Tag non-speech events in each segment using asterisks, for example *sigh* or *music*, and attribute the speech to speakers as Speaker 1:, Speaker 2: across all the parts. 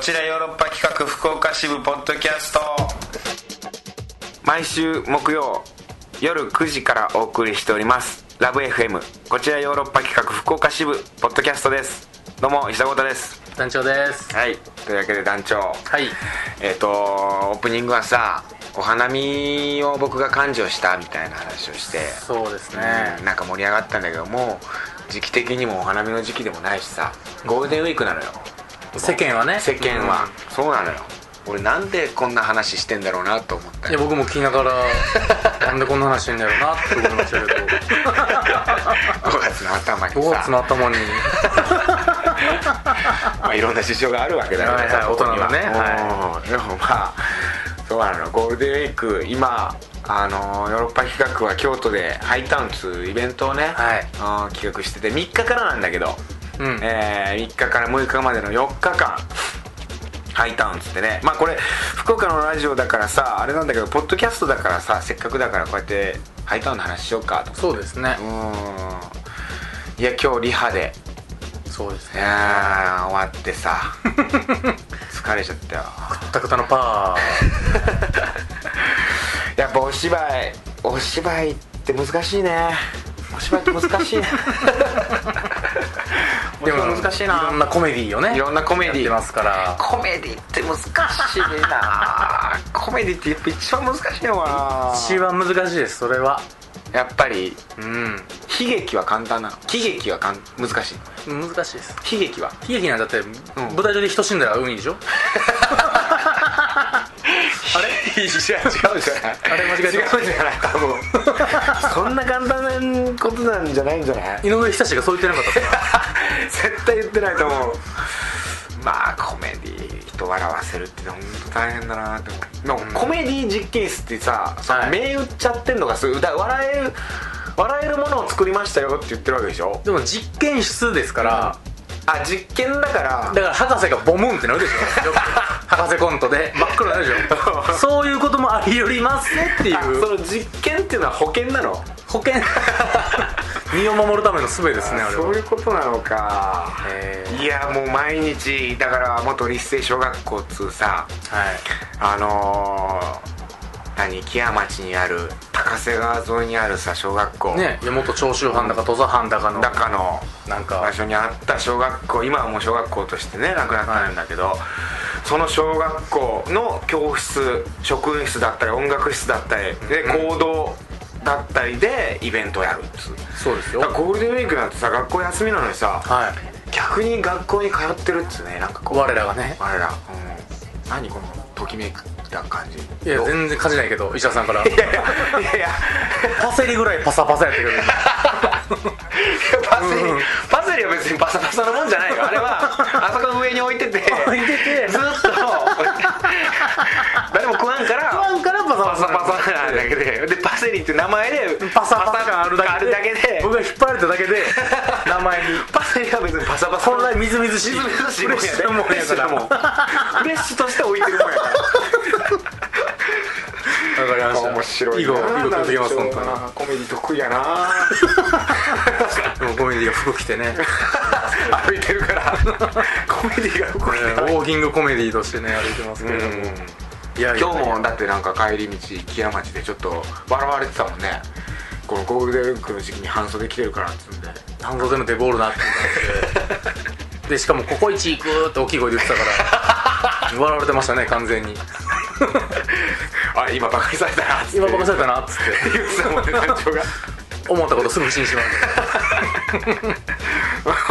Speaker 1: ちらヨーロッパ企画福岡支部ポッドキャスト毎週木曜夜9時からお送りしておりますラブ FM こちらヨーロッパ企画福岡支部ポッドキャストですどうも石田豪太です
Speaker 2: 団長です
Speaker 1: はいというわけで団長
Speaker 2: はい
Speaker 1: えっ、とオープニングはさお花見を僕が勘定したみたいな話をして
Speaker 2: そうですね、
Speaker 1: うんなんか盛り上がったんだけどもう時期的にもお花見の時期でもないしさゴールデンウィークなのよ
Speaker 2: 世間はね
Speaker 1: 世間は、、そうなのよ俺なんでこんな話してんだろうなと思った
Speaker 2: うんいや僕も聞きなが *laughs* らなんでこんな話してんだろうなって思いました *laughs* け
Speaker 1: *laughs* 5月の頭にさ
Speaker 2: ど5月の頭に
Speaker 1: まあ、いろんな事情があるわけだから
Speaker 2: はいはい
Speaker 1: ここには
Speaker 2: 大人のね
Speaker 1: うんでもまあそうなのゴールデンウィーク今あのヨーロッパ企画は京都でハイタウンツイベントをね、
Speaker 2: はい
Speaker 1: うん企画してて3日からなんだけど、
Speaker 2: うん
Speaker 1: えー3日から6日までの4日間ハイタウンツってねまあこれ福岡のラジオだからさあれなんだけどポッドキャストだからさせっかくだからこうやってハイタウンの話しようかと
Speaker 2: そうですね
Speaker 1: う、んいや今日リハで
Speaker 2: そうです
Speaker 1: い
Speaker 2: ね
Speaker 1: やー終わって *laughs* さ疲れちゃったよ
Speaker 2: くったくたのパ
Speaker 1: やっぱお芝居お芝居って難しいねお芝居って難 *laughs* しいね
Speaker 2: ー
Speaker 1: でも難しいない
Speaker 2: ろんなコメディーをね
Speaker 1: いろんなコメディ
Speaker 2: やってますから
Speaker 1: コメディって難しいなコメディってやっぱ一番難しいのか
Speaker 2: 一番難しいですそれは
Speaker 1: なやっぱり
Speaker 2: うん
Speaker 1: 悲劇は簡単なの喜劇はかん難しい
Speaker 2: 難しいです
Speaker 1: 悲劇は
Speaker 2: 悲劇なんだって、舞台上で人死んだら海でしょあれ
Speaker 1: 違う違うじゃない
Speaker 2: あれ間違えた
Speaker 1: 違うんじゃない多分
Speaker 2: *laughs*
Speaker 1: そんな簡単なことなんじゃないんじゃない
Speaker 2: 井上久志がそう言ってなかった *laughs* ですか
Speaker 1: *laughs* 絶対言ってないと思うまあコメディ人笑わせるって本当大変だなって思うでもコメディ実験室ってさ、その銘打っちゃってんのがすごいだ笑える笑えるものを作りましたよって言ってるわけでしょ
Speaker 2: でも実験室ですから、
Speaker 1: あ実験だから
Speaker 2: だから博士がボムンってなるでしょ *laughs* よく博士コントで真っ黒になるでしょ *laughs* そういうこともありよりますねってい
Speaker 1: あそうの実験っていうのは保険なの
Speaker 2: 保険 *laughs* 身を守るための術ですねあれ
Speaker 1: そう
Speaker 2: は
Speaker 1: いうことなのか
Speaker 2: へ
Speaker 1: いやもう毎日だから元立成小学校っつうさ
Speaker 2: はい
Speaker 1: あのー、何木屋町にある高瀬川沿いにあるさ小学校、
Speaker 2: ねえ元長州藩だか土佐藩だかの
Speaker 1: 中の
Speaker 2: なんか
Speaker 1: 場所にあった小学校今はもう小学校としてねなくなったんだけど、その小学校の教室職員室だったり音楽室だったりで行動だったりでイベントをやるっつう
Speaker 2: そうですよ
Speaker 1: だからゴールデンウィークなんてさ学校休みなのにさ
Speaker 2: はい
Speaker 1: 逆に学校に通ってるっつうねなんかこう
Speaker 2: 我らがね
Speaker 1: 我ら、うん、何このときめいた感じ
Speaker 2: いや
Speaker 1: どう
Speaker 2: 全然勝じないけど石田さんから
Speaker 1: いやいやいや
Speaker 2: パセリぐらいパサパサやったけど
Speaker 1: パセリ、パセリは別にパサパサのもんじゃないよあれは
Speaker 2: *laughs*
Speaker 1: あそこの上に置いてて
Speaker 2: 置いてて
Speaker 1: ずっと誰も食わんから
Speaker 2: 食わんからパサ
Speaker 1: パ
Speaker 2: パサ
Speaker 1: サパサなんだけででパセリって名前で
Speaker 2: パサパサ感あるだけで
Speaker 1: パサ感あるだけで
Speaker 2: 僕が引っ張られただけで名前に
Speaker 1: パセリは別にパサパサ
Speaker 2: 本来みずみずしい
Speaker 1: みずみずしい
Speaker 2: フレッシュなもん
Speaker 1: フレッ
Speaker 2: や
Speaker 1: シ
Speaker 2: か
Speaker 1: ュな
Speaker 2: ら
Speaker 1: もんフレッシュとして置いてるもんやから
Speaker 2: わかりました
Speaker 1: 面白い
Speaker 2: 以後以後気をつけます本当に
Speaker 1: コメディ得意やな
Speaker 2: でもコメディが服着てね
Speaker 1: 歩いてるからコメディが得
Speaker 2: えーウォーキングコメディとしてね歩いてますけれども、いやいや
Speaker 1: 今日もだってなんか帰り道木屋町でちょっと笑われてたもんねこのゴールデンウィークの時期に半袖着てるからっつうんで
Speaker 2: 半袖のデボールなって言ったんででしかも「ココイチ行く」って大きい声で言ってたから笑われてましたね完全に
Speaker 1: あれ今バカにされたなっつって
Speaker 2: 今バカさ
Speaker 1: れ
Speaker 2: れたなっつって
Speaker 1: 言ってたもんね団長が
Speaker 2: 思ったことすぐ不審しま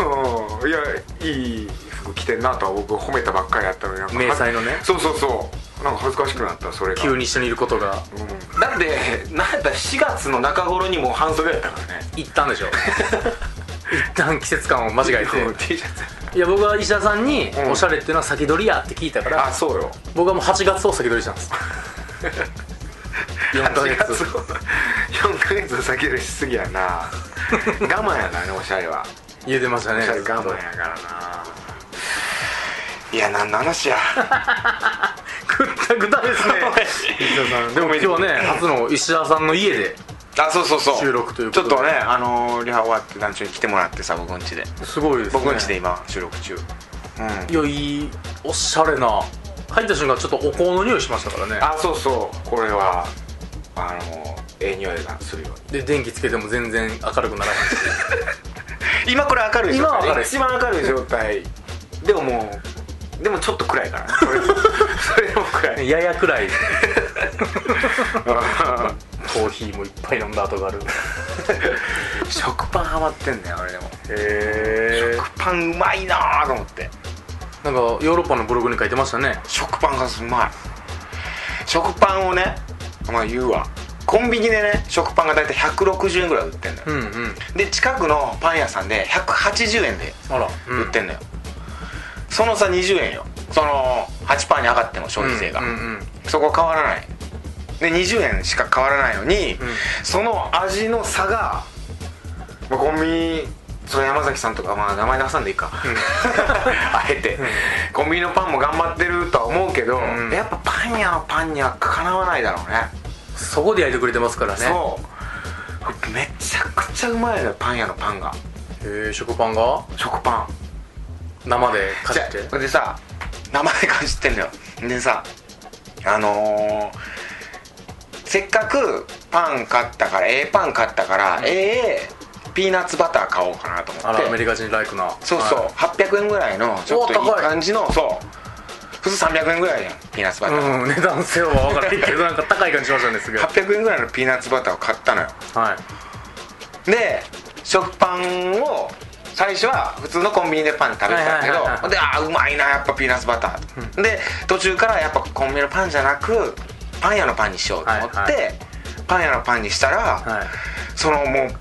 Speaker 2: う
Speaker 1: うん *laughs* いやいい服着てんなとは僕褒めたばっかりやったのになんか
Speaker 2: 迷彩のね
Speaker 1: そうそうそうなんか恥ずかしくなったそれが
Speaker 2: 急に一緒にいることが
Speaker 1: うんだってなんやったら4月の中頃にもう半袖やったからね
Speaker 2: 一旦でしょ一旦季節感を間違え
Speaker 1: もう
Speaker 2: て
Speaker 1: T シャツ
Speaker 2: いや僕は石田さんに
Speaker 1: う
Speaker 2: 「
Speaker 1: ん
Speaker 2: おしゃれっていうのは先取りや」って聞いたから
Speaker 1: あそうよ
Speaker 2: 僕はもう8月を先取りしたんです4ヶ
Speaker 1: 8
Speaker 2: 月
Speaker 1: 月を4ヶ月先よりしすぎやな我慢やからねおしゃれは
Speaker 2: 言えてました
Speaker 1: お
Speaker 2: ね
Speaker 1: しゃれ我慢やからないや何の話や
Speaker 2: ぐったぐたですね石田さん *laughs* でも今日はね初の石田さんの家で
Speaker 1: *laughs* あそうそうそう
Speaker 2: 収録ということで
Speaker 1: ちょっとねあのーリハ終わって団長に来てもらってさ僕ん家です
Speaker 2: ごいですね
Speaker 1: 僕ん家で今収録中うん
Speaker 2: いやいいおしゃれな入った瞬間ちょっとお香の匂いしましたからね
Speaker 1: あそうそうこれはあのええ匂いがするように
Speaker 2: で電気つけても全然明るくならへんし
Speaker 1: 今これ明るい状態
Speaker 2: 今は明るい
Speaker 1: 一番明るい状態でももうでもちょっと暗いからねそ *laughs* れでもそれでも *laughs* 暗い
Speaker 2: ややくらいコーヒーもいっぱい飲んだ後がある
Speaker 1: 食パンハマってんねん俺でも
Speaker 2: へ
Speaker 1: 食パンうまいなーと思って
Speaker 2: なんかヨーロッパのブログに書いてましたね
Speaker 1: 食パンがうまい食パンをねまあ言うわコンビニでね食パンが大体160円ぐらい売ってんのよ、
Speaker 2: うんうん
Speaker 1: で近くのパン屋さんで180円で
Speaker 2: あら、
Speaker 1: 売ってんのよ、その差20円よその8パーに上がっても消費税が、
Speaker 2: うんうんうん
Speaker 1: そこ変わらないで20円しか変わらないのに、
Speaker 2: ん
Speaker 1: その味の差が、まあ、コンビニそれ山崎さんとか、まあ、名前で挟んでいいか、 *laughs* あえて、コンビニのパンも頑張ってるとは思うけど、
Speaker 2: ん
Speaker 1: やっぱパン屋のパンにはかなわないだろうね
Speaker 2: そこで焼いてくれてますからね
Speaker 1: そうめちゃくちゃうまいのよパン屋のパンが
Speaker 2: へえ食パンが
Speaker 1: 食パン
Speaker 2: 生でかじ
Speaker 1: じ
Speaker 2: って
Speaker 1: ゃでさ名前感じてんのよでさあのーせっかくパン買ったからええパン買ったから、ええピーナッツバター買おうかなと思
Speaker 2: あ
Speaker 1: っ
Speaker 2: らアメ
Speaker 1: て
Speaker 2: リカ人ライクな
Speaker 1: そうそう、
Speaker 2: は
Speaker 1: 800円ぐらいのちょっとい
Speaker 2: お
Speaker 1: い
Speaker 2: 高い
Speaker 1: 感じのそう普通300円ぐらいじゃんピーナッツバ
Speaker 2: い
Speaker 1: ター、
Speaker 2: うん値段性は分からへんけどなんか高い感じしましたねすごい
Speaker 1: 800円ぐらいのピーナッツバターを買ったのよ
Speaker 2: はい
Speaker 1: で食パンを最初は普通のコンビニでパン食べてたんだけ
Speaker 2: はいはいはいは
Speaker 1: ど
Speaker 2: い
Speaker 1: であーうまいなやっぱピーナッツバター、で途中からやっぱコンビニのパンじゃなくパン屋のパンにしようと思って、
Speaker 2: はいは
Speaker 1: パン屋のパンにしたら、
Speaker 2: はい
Speaker 1: そのもう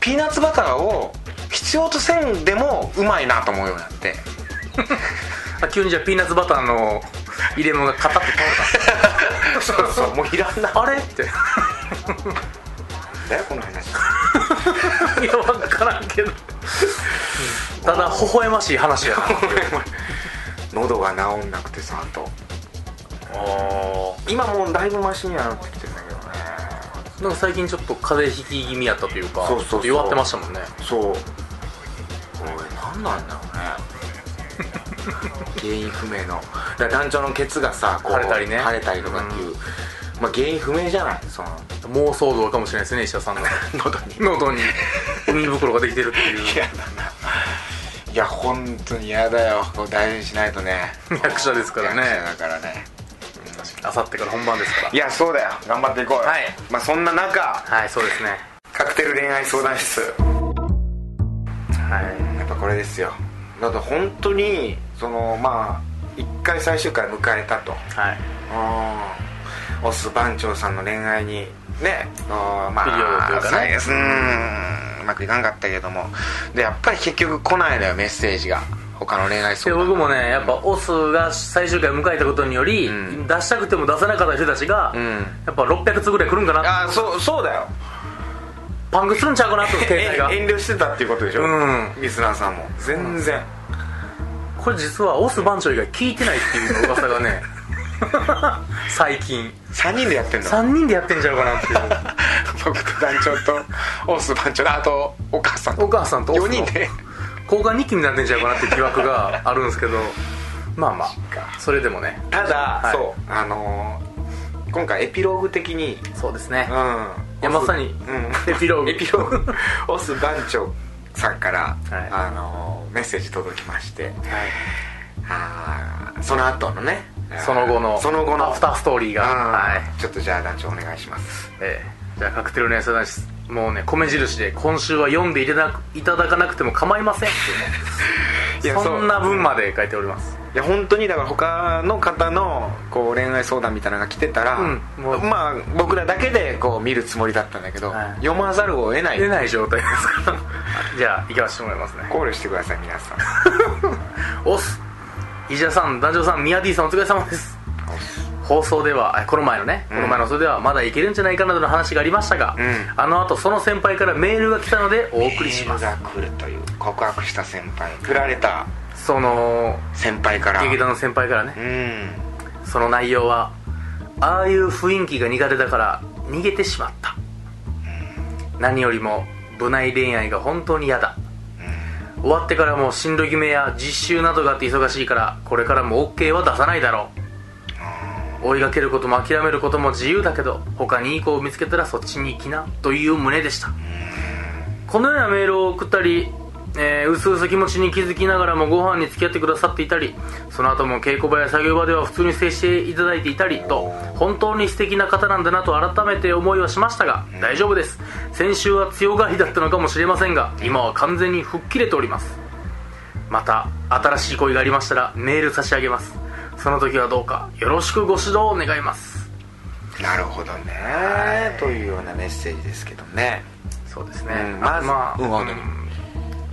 Speaker 1: ピーナッツバターを必要とせんでもうまいなと思うようになって
Speaker 2: あ急にじゃあピーナッツバターの入れ物がカタッて倒れ
Speaker 1: *laughs* そうそうもういらんな
Speaker 2: たあれってい
Speaker 1: だよこの話
Speaker 2: や分からんけどただ微笑ましい
Speaker 1: *laughs*
Speaker 2: 話やな
Speaker 1: 喉が治んなくてさあと
Speaker 2: あ
Speaker 1: 今もうだいぶマシにはなってきてんだけどね
Speaker 2: ーなんか最近ちょっと風邪ひき気味やったというか
Speaker 1: そうそうそう
Speaker 2: ちょっと弱ってましたもんね
Speaker 1: そうこれ何なんだろうね原因不明のだから団長のケツがさこう
Speaker 2: 腫れたりね
Speaker 1: 腫れたりとかっていう、まあ原因不明じゃないその
Speaker 2: 妄想道かもしれないですね石田さんの
Speaker 1: 喉に *laughs*
Speaker 2: 喉に海袋ができてるっていう
Speaker 1: 嫌だないや本当に嫌だよこう大事にしないとね
Speaker 2: 役者ですからね
Speaker 1: 役者だからね
Speaker 2: あさってから本番ですから
Speaker 1: いやそうだよ頑張っていこうよ
Speaker 2: はい
Speaker 1: まあそんな中
Speaker 2: はいそうですね
Speaker 1: カクテル恋愛相談室
Speaker 2: はい
Speaker 1: やっぱこれですよだって本当にそのまあ一回最終回迎えたと
Speaker 2: はい
Speaker 1: うんオス番長さんの恋愛にねあーまあ
Speaker 2: ピリオドというかね
Speaker 1: 最悪うんうまくいかんかったけどもでやっぱり結局来ないのよメッセージが他の恋愛
Speaker 2: で
Speaker 1: 相談
Speaker 2: 僕もねやっぱオスが最終回を迎えたことにより、
Speaker 1: うん
Speaker 2: 出したくても出せなかった人たちが、
Speaker 1: うん
Speaker 2: やっぱ600通ぐらい来るんかな
Speaker 1: ああそうそうだよ
Speaker 2: パンクするんちゃうかなと携帯が
Speaker 1: え遠慮してたっていうことでしょ
Speaker 2: うん
Speaker 1: リスナーさんも全然
Speaker 2: これ実はオス番長以外聞いてないっていう噂
Speaker 1: *laughs*
Speaker 2: がね最近
Speaker 1: 3人でやってんの
Speaker 2: 3人でやってんちゃうかなっていう
Speaker 1: *laughs* 僕と団長とオス番長あとお母さんと
Speaker 2: お母さんとオスの
Speaker 1: 4人で
Speaker 2: 交換日記になってんちゃうかなっていう疑惑があるんですけどまあまあそれでもね
Speaker 1: ただ、
Speaker 2: はい
Speaker 1: そうあのー今回エピローグ的に
Speaker 2: そうですね
Speaker 1: うん
Speaker 2: いやまさにエピロ
Speaker 1: *laughs*
Speaker 2: ーグ
Speaker 1: エピローグオス番長さんから、
Speaker 2: はい
Speaker 1: あのメッセージ届きましてあーその後のね
Speaker 2: *laughs* その後の
Speaker 1: その後の
Speaker 2: アフターストーリーが
Speaker 1: うん
Speaker 2: はい
Speaker 1: ちょっとじゃあ団長お願いします
Speaker 2: ええじゃあカクテルの相談室もうね米印で今週は読んでいただくいただかなくても構いませんっ
Speaker 1: *laughs*
Speaker 2: ていうねそんな文まで書いております
Speaker 1: いや本当にだから他の方のこう恋愛相談みたいなのが来てたら、
Speaker 2: うんもう
Speaker 1: まあ僕らだけでこう見るつもりだったんだけど、
Speaker 2: はい
Speaker 1: 読まざるを得ない
Speaker 2: 出ない状態ですから *laughs* じゃあ行かせてもらいますね
Speaker 1: 考慮してください皆さん
Speaker 2: オス石田さん男女さんミヤディさんお疲れ様です放送ではあこの前のね、この前の放送ではまだいけるんじゃないかなどの話がありましたが、
Speaker 1: うん
Speaker 2: あの後その先輩からメールが来たのでお送りします
Speaker 1: メールが来るという告白した先輩振られた
Speaker 2: その
Speaker 1: 先輩から
Speaker 2: 劇団の先輩からね
Speaker 1: うん
Speaker 2: その内容はああいう雰囲気が苦手だから逃げてしまった何よりも部内恋愛が本当に嫌だ終わってからも進路決めや実習などがあって忙しいからこれからも OK は出さないだろう追いかけることも諦めることも自由だけど他にいい子を見つけたらそっちに行きなという旨でしたこのようなメールを送ったりえー、うすうす気持ちに気づきながらもご飯に付き合ってくださっていたりその後も稽古場や作業場では普通に接していただいていたりと本当に素敵な方なんだなと改めて思いはしましたが大丈夫です先週は強がりだったのかもしれませんが今は完全に吹っ切れておりますまた新しい恋がありましたらメール差し上げますその時はどうかよろしくご指導を願います
Speaker 1: なるほどねというようなメッセージですけどね
Speaker 2: そうですね、
Speaker 1: うんまず
Speaker 2: まあ、
Speaker 1: うんあ
Speaker 2: うん
Speaker 1: 何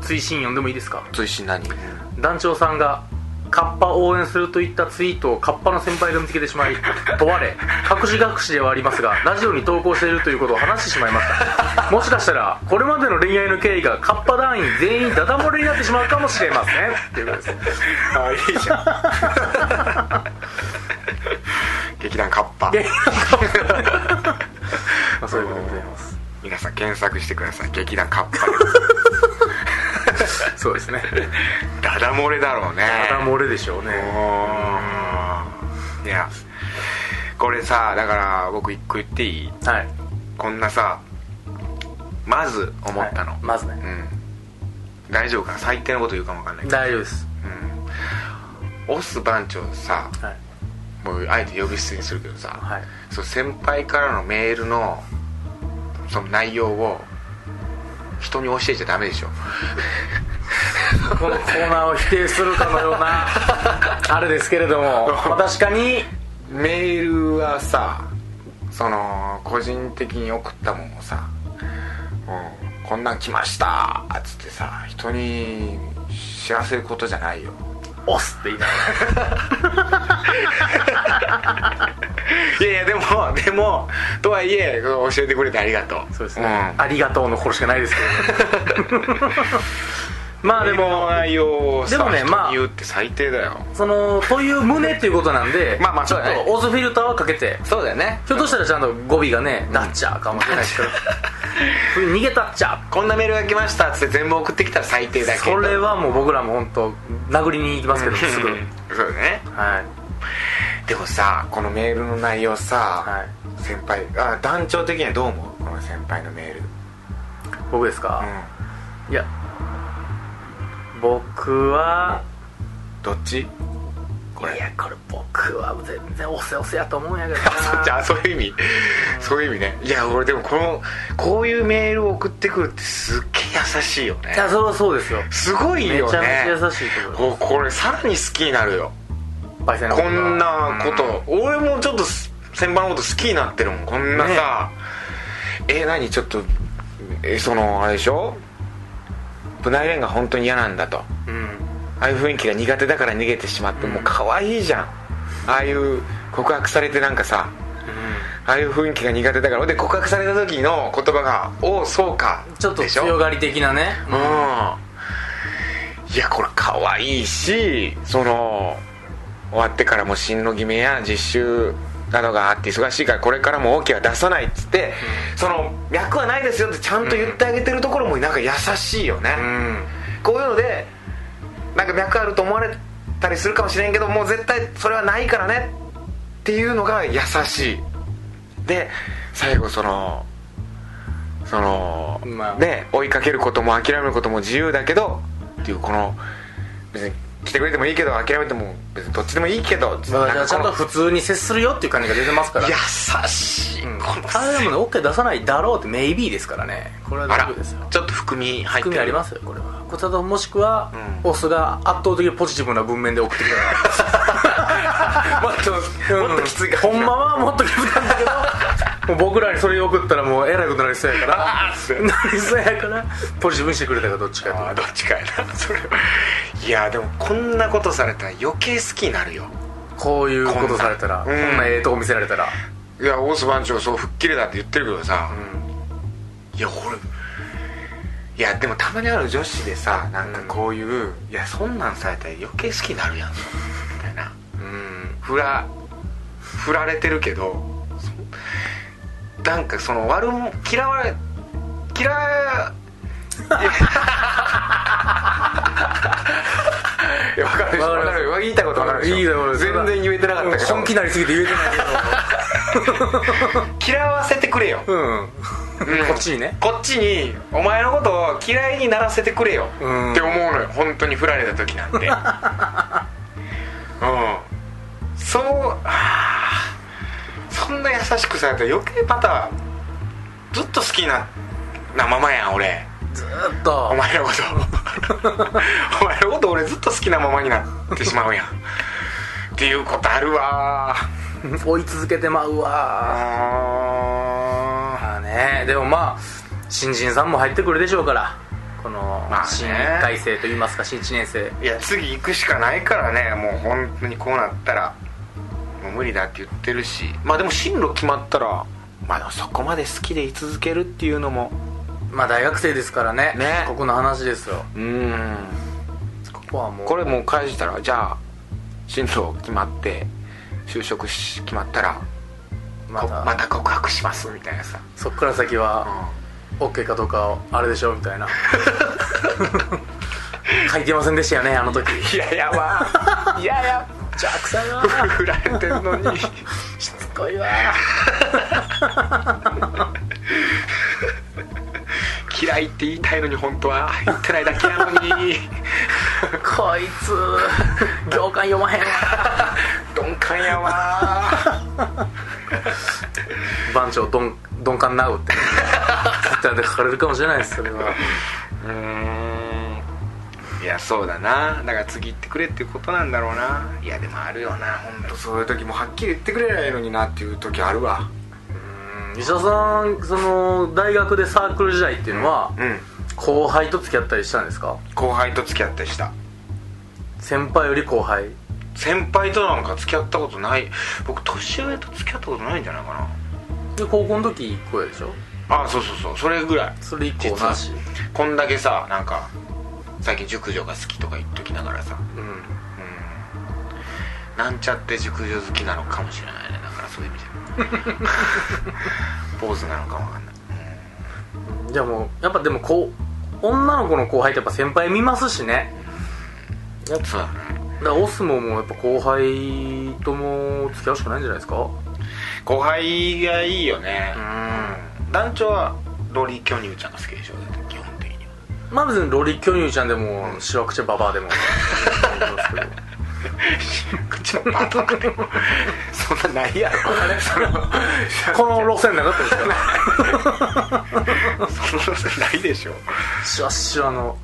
Speaker 2: 追伸読んでもいいですか
Speaker 1: 追伸何
Speaker 2: 団長さんがカッパ応援するといったツイートをカッパの先輩が見つけてしまい問われ隠し隠しではありますがラジオに投稿しているということを話してしまいましたもしかしたらこれまでの恋愛の経緯がカッパ団員全員ダダ漏れになってしまうかもしれませんっていうことです
Speaker 1: あいいじゃん *laughs* 劇団カッパ
Speaker 2: まあそういうことでございます
Speaker 1: 皆さん検索してください劇団カッパで
Speaker 2: そうですね
Speaker 1: ダダ漏れだろうね
Speaker 2: ダダ漏れでしょう
Speaker 1: う
Speaker 2: ね
Speaker 1: ーんいやこれさだから僕一個言っていい
Speaker 2: はい
Speaker 1: こんなさまず思ったの、
Speaker 2: はいまずね
Speaker 1: うん大丈夫かな最低のこと言うかもわかんないけど、
Speaker 2: 大丈夫です
Speaker 1: うん、オス番長さ
Speaker 2: はい
Speaker 1: もうあえて呼び捨てにするけどさ、
Speaker 2: はい
Speaker 1: そう先輩からのメールのその内容を人に教えちゃダメでしょ
Speaker 2: このコーナーを否定するかのようなあれですけれども、 *laughs* まあ、確かに
Speaker 1: メールはさその個人的に送ったもんをさ「うん、こんなん来ました」っつってさ人に知らせることじゃないよ
Speaker 2: 「押す」って言いながら
Speaker 1: いやいやでも *laughs* でもとはいえ教えてくれてありがとう
Speaker 2: そうですね、ありがとうの頃しかないですけど、 *laughs* ね、まあで
Speaker 1: でも
Speaker 2: も
Speaker 1: 内容をさ
Speaker 2: でもね
Speaker 1: 人
Speaker 2: まあ
Speaker 1: に言うって最低だよ
Speaker 2: そのという胸っていうことなんで
Speaker 1: まあまあ
Speaker 2: ちょっ
Speaker 1: そうだね
Speaker 2: とオズフィルターはかけて
Speaker 1: そうだよね
Speaker 2: ひょっとしたらちゃんと語尾がね「ダッチャー」かもしれな
Speaker 1: *laughs*
Speaker 2: いですけど逃げたっちゃ
Speaker 1: こんなメールが来ましたっつって全部送ってきたら最低だけど
Speaker 2: それはもう僕らも本当殴りに行きますけどすぐ
Speaker 1: そうだね
Speaker 2: はい
Speaker 1: でもさこのメールの内容さ、
Speaker 2: はい
Speaker 1: 先輩あ団長的にはどう思うこの先輩のメール
Speaker 2: 僕ですか、
Speaker 1: う
Speaker 2: いや僕は
Speaker 1: んどっちこれ
Speaker 2: いやこれ僕は全然押せ押せやと思うんやけど
Speaker 1: *laughs* じゃ
Speaker 2: な
Speaker 1: あそういう意味そういう意味ねいや俺でもこのこういうメールを送ってくるってすっげえ優しいよね
Speaker 2: いやそれはそうですよ
Speaker 1: すごいよね
Speaker 2: めちゃめちゃ優しいと思います
Speaker 1: おこれさらに好きになるよ
Speaker 2: 焙煎の
Speaker 1: こ
Speaker 2: が
Speaker 1: んなこと、俺もちょっとす先輩のこと好きになってるもんこんなさ、え何ちょっとえそのあれでしょブナイレンが本当に嫌なんだと
Speaker 2: うん
Speaker 1: ああいう雰囲気が苦手だから逃げてしまってもう可愛いじゃんああいう告白されてなんかさああいう雰囲気が苦手だからで告白された時の言葉が「おおそうか」
Speaker 2: ちょっと
Speaker 1: でしょ
Speaker 2: 強がり的なね
Speaker 1: うんいやこれ可愛いしその終わってからも進路決めや実習などがあって忙しいからこれからも OK は出さないっつって、その役はないですよってちゃんと言ってあげてるところもなんか優しいよね、
Speaker 2: ん
Speaker 1: こういうのでなんか脈あると思われたりするかもしれんけどもう絶対それはないからねっていうのが優しいで最後そのその、
Speaker 2: まあ
Speaker 1: ね追いかけることも諦めることも自由だけどっていうこの別に来てくれてもいいけど諦めても別にどっちでもいいけど
Speaker 2: だから
Speaker 1: なん
Speaker 2: ち
Speaker 1: か
Speaker 2: ゃん
Speaker 1: この
Speaker 2: と普通に接するよっていう感じが出てますから
Speaker 1: 優しい、
Speaker 2: うん
Speaker 1: この
Speaker 2: ただでもね OK 出さないだろうってメイビーですからねこれは
Speaker 1: あ
Speaker 2: 大
Speaker 1: ら
Speaker 2: 丈夫ですよ
Speaker 1: ちょっと含み入って
Speaker 2: 含みあ *laughs* りますよこれはこちらともしくは、オスが圧倒的にポジティブな文面で送ってき
Speaker 1: もっと
Speaker 2: た
Speaker 1: *laughs* もっときつい感
Speaker 2: ほんまはもっときついんだ
Speaker 1: *laughs*
Speaker 2: けどもう僕らにそれ送ったらもうえらいことになりそうやから
Speaker 1: じ、 *laughs*
Speaker 2: なりそうやからポジティブにしてくれたかどっちかと
Speaker 1: あーどっちかやなそれはいやでもこんなことされたら余計好きになるよ
Speaker 2: こういうことされたら
Speaker 1: こ
Speaker 2: こ
Speaker 1: ん
Speaker 2: ん
Speaker 1: なうん
Speaker 2: なええとこ見せられたら
Speaker 1: いや大須番長そう吹っ切れだって言ってるけどさ、いや俺いやでもたまにある女子でさなんかこういう、いやそんなんされたら余計好きになるやんみたいな
Speaker 2: うん
Speaker 1: 振ら振られてるけどそなんかその悪も嫌われ嫌いいや分かるでしょ
Speaker 2: わか
Speaker 1: 分
Speaker 2: ります
Speaker 1: かる言いたいこと分かるでしょ
Speaker 2: いいだろう
Speaker 1: 全然言えてなかったけど
Speaker 2: 本気になりすぎて言えてないけ
Speaker 1: 嫌わせてくれよ、
Speaker 2: どうん
Speaker 1: うん
Speaker 2: こっちにね
Speaker 1: こっちにお前のことを嫌いにならせてくれよって
Speaker 2: うん
Speaker 1: 思うのよ本当に振られた時
Speaker 2: *laughs*
Speaker 1: なんてうんそうはあそんな優しくされたら余計またずっと好きななままやん俺
Speaker 2: ずーっと
Speaker 1: お前のこと
Speaker 2: *laughs*
Speaker 1: お前のこと俺ずっと好きなままになってしまうやんっていうことあるわ
Speaker 2: 追い続けてまうわ
Speaker 1: あ
Speaker 2: まあねでもまあ新人さんも入ってくるでしょうからこの
Speaker 1: まあね
Speaker 2: 新1回生といいますか新1年生
Speaker 1: ーいや次行くしかないからねもう本当にこうなったらもう無理だって言ってるしまあでも進路決まったらまあでもそこまで好きでい続けるっていうのも
Speaker 2: まあ大学生ですからね
Speaker 1: ね
Speaker 2: ここの話ですよ
Speaker 1: うーん
Speaker 2: ここはもう
Speaker 1: これもう返したらじゃあ進路決まって就職し決まったら
Speaker 2: ま
Speaker 1: こ
Speaker 2: た
Speaker 1: また告白しますみたいなさ、
Speaker 2: そっから先は OK かどうかをあれでしょうみ
Speaker 1: *laughs*
Speaker 2: たいな書いてませんでしたよねあの時
Speaker 1: いややばいやや
Speaker 2: 邪悪さよ
Speaker 1: 振られてるのに *laughs*
Speaker 2: しつこいわ
Speaker 1: 嫌いって言いたいのに本当は言ってないだけなの *laughs* に
Speaker 2: こいつ行間読まへんわ
Speaker 1: 鈍感やわ
Speaker 2: *laughs* 番長どん鈍感なうってツイッターで書かれるかもしれないですそれは
Speaker 1: うーんいやそうだなだから次行ってくれっていうことなんだろうないやでもあるよな本当そういう時もはっきり言ってくれないのになっていう時あるわ
Speaker 2: 石田さんその大学でサークル時代っていうのは、
Speaker 1: うん
Speaker 2: 後輩と付き合ったりしたんですか
Speaker 1: 後輩と付き合ったりした
Speaker 2: 先輩より後輩
Speaker 1: 先輩となんか付き合ったことない僕年上と付き合ったことないんじゃないか
Speaker 2: で高校の時1個やでしょ
Speaker 1: なあそうそうそうそれぐらい
Speaker 2: それ以降なし
Speaker 1: こんだけさなんか最近熟女が好きとか言っときながらさ
Speaker 2: うん
Speaker 1: うんなんちゃって熟女好きなのかもしれないねだからそういう意味でポーズなのかもわかんない
Speaker 2: じゃあもうやっぱでもこう女の子の後輩ってやっぱ先輩見ますしね
Speaker 1: やつは
Speaker 2: だからオスももうやっぱ後輩とも付き合うしかないんじゃないですか
Speaker 1: 後輩がいいよね
Speaker 2: う、
Speaker 1: 団長はロリ巨乳ちゃんが好きでしょだって基本的には
Speaker 2: まあ別にロリ巨乳ちゃんでも白くちゃババアでも
Speaker 1: 口のバトンでもそんなないやろその
Speaker 2: この路線なかったですから
Speaker 1: そのないでしょ
Speaker 2: シワシワの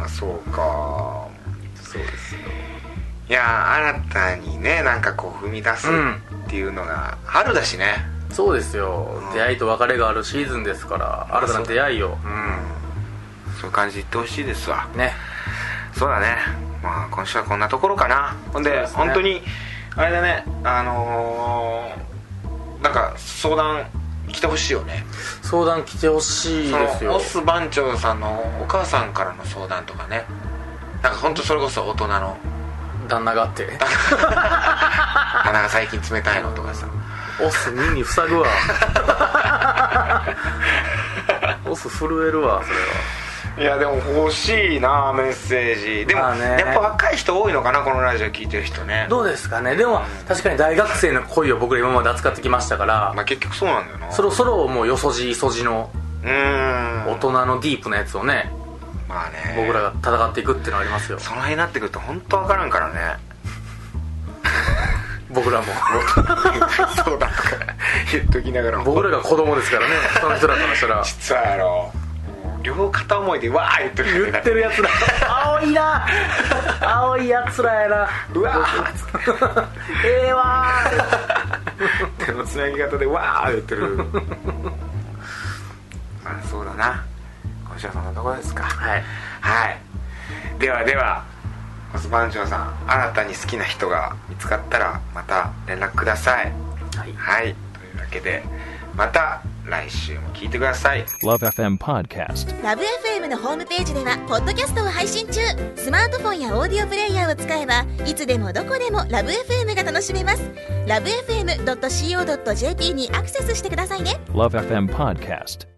Speaker 1: ああそうか
Speaker 2: そうですよ
Speaker 1: いや新たにねなんかこう踏み出す
Speaker 2: うん
Speaker 1: っていうのが春だしね、
Speaker 2: そうですよ出会いと別れがあるシーズンですから新たな出会いを
Speaker 1: そういう感じで言ってほしいですわ
Speaker 2: ね
Speaker 1: そうだねまあ今週はこんなところかなほんで
Speaker 2: そうですね
Speaker 1: 本当にあれだねあのーなんか相談来てほしいよね
Speaker 2: 相談来てほしい
Speaker 1: そ
Speaker 2: です
Speaker 1: の
Speaker 2: よ
Speaker 1: オス番長さんのお母さんからの相談とかねなんか本当それこそ大人の
Speaker 2: 旦那があって
Speaker 1: 鼻が最近冷たいのとかさ
Speaker 2: オス耳
Speaker 1: *laughs*
Speaker 2: 塞ぐわオス震えるわそれはい
Speaker 1: やでも欲しいなメッセージでも、
Speaker 2: まあね
Speaker 1: やっぱ若い人多いのかなこのラジオ聞いてる人ね
Speaker 2: どうですかねでも確かに大学生の恋を僕ら今まで扱ってきましたから、
Speaker 1: まあ結局そうなんだよな
Speaker 2: そろそろもうよそじいそじの
Speaker 1: うーん
Speaker 2: 大人のディープなやつをね、
Speaker 1: まあね
Speaker 2: 僕らが戦っていくっていうのはありますよ
Speaker 1: その辺になってくると本当わからんから *laughs* ね
Speaker 2: 僕らも
Speaker 1: そうだとか言っときながら
Speaker 2: 僕らが子供ですからねその人らからしたら
Speaker 1: 実はあの両片思いでわー言ってる
Speaker 2: 言ってるやつら青いな青いやつらやな
Speaker 1: うわーっ
Speaker 2: ええわー
Speaker 1: つって手のつなぎ方でわー言ってる *laughs* まあそうだな今週はそんなところですか
Speaker 2: はい
Speaker 1: はいではではコス番長さん新たに好きな人が見つかったらまた連絡ください
Speaker 2: はい
Speaker 1: はいというわけでまた来週も聞いてください
Speaker 3: Love FM Podcast.
Speaker 4: ラブ f m のホームページではポッドキャストを配信中スマートフォンやオーディオプレイヤーを使えばいつでもどこでもラブ f m が楽しめますラブ FM.co.jp にアクセスしてくださいね
Speaker 3: Love FM Podcast.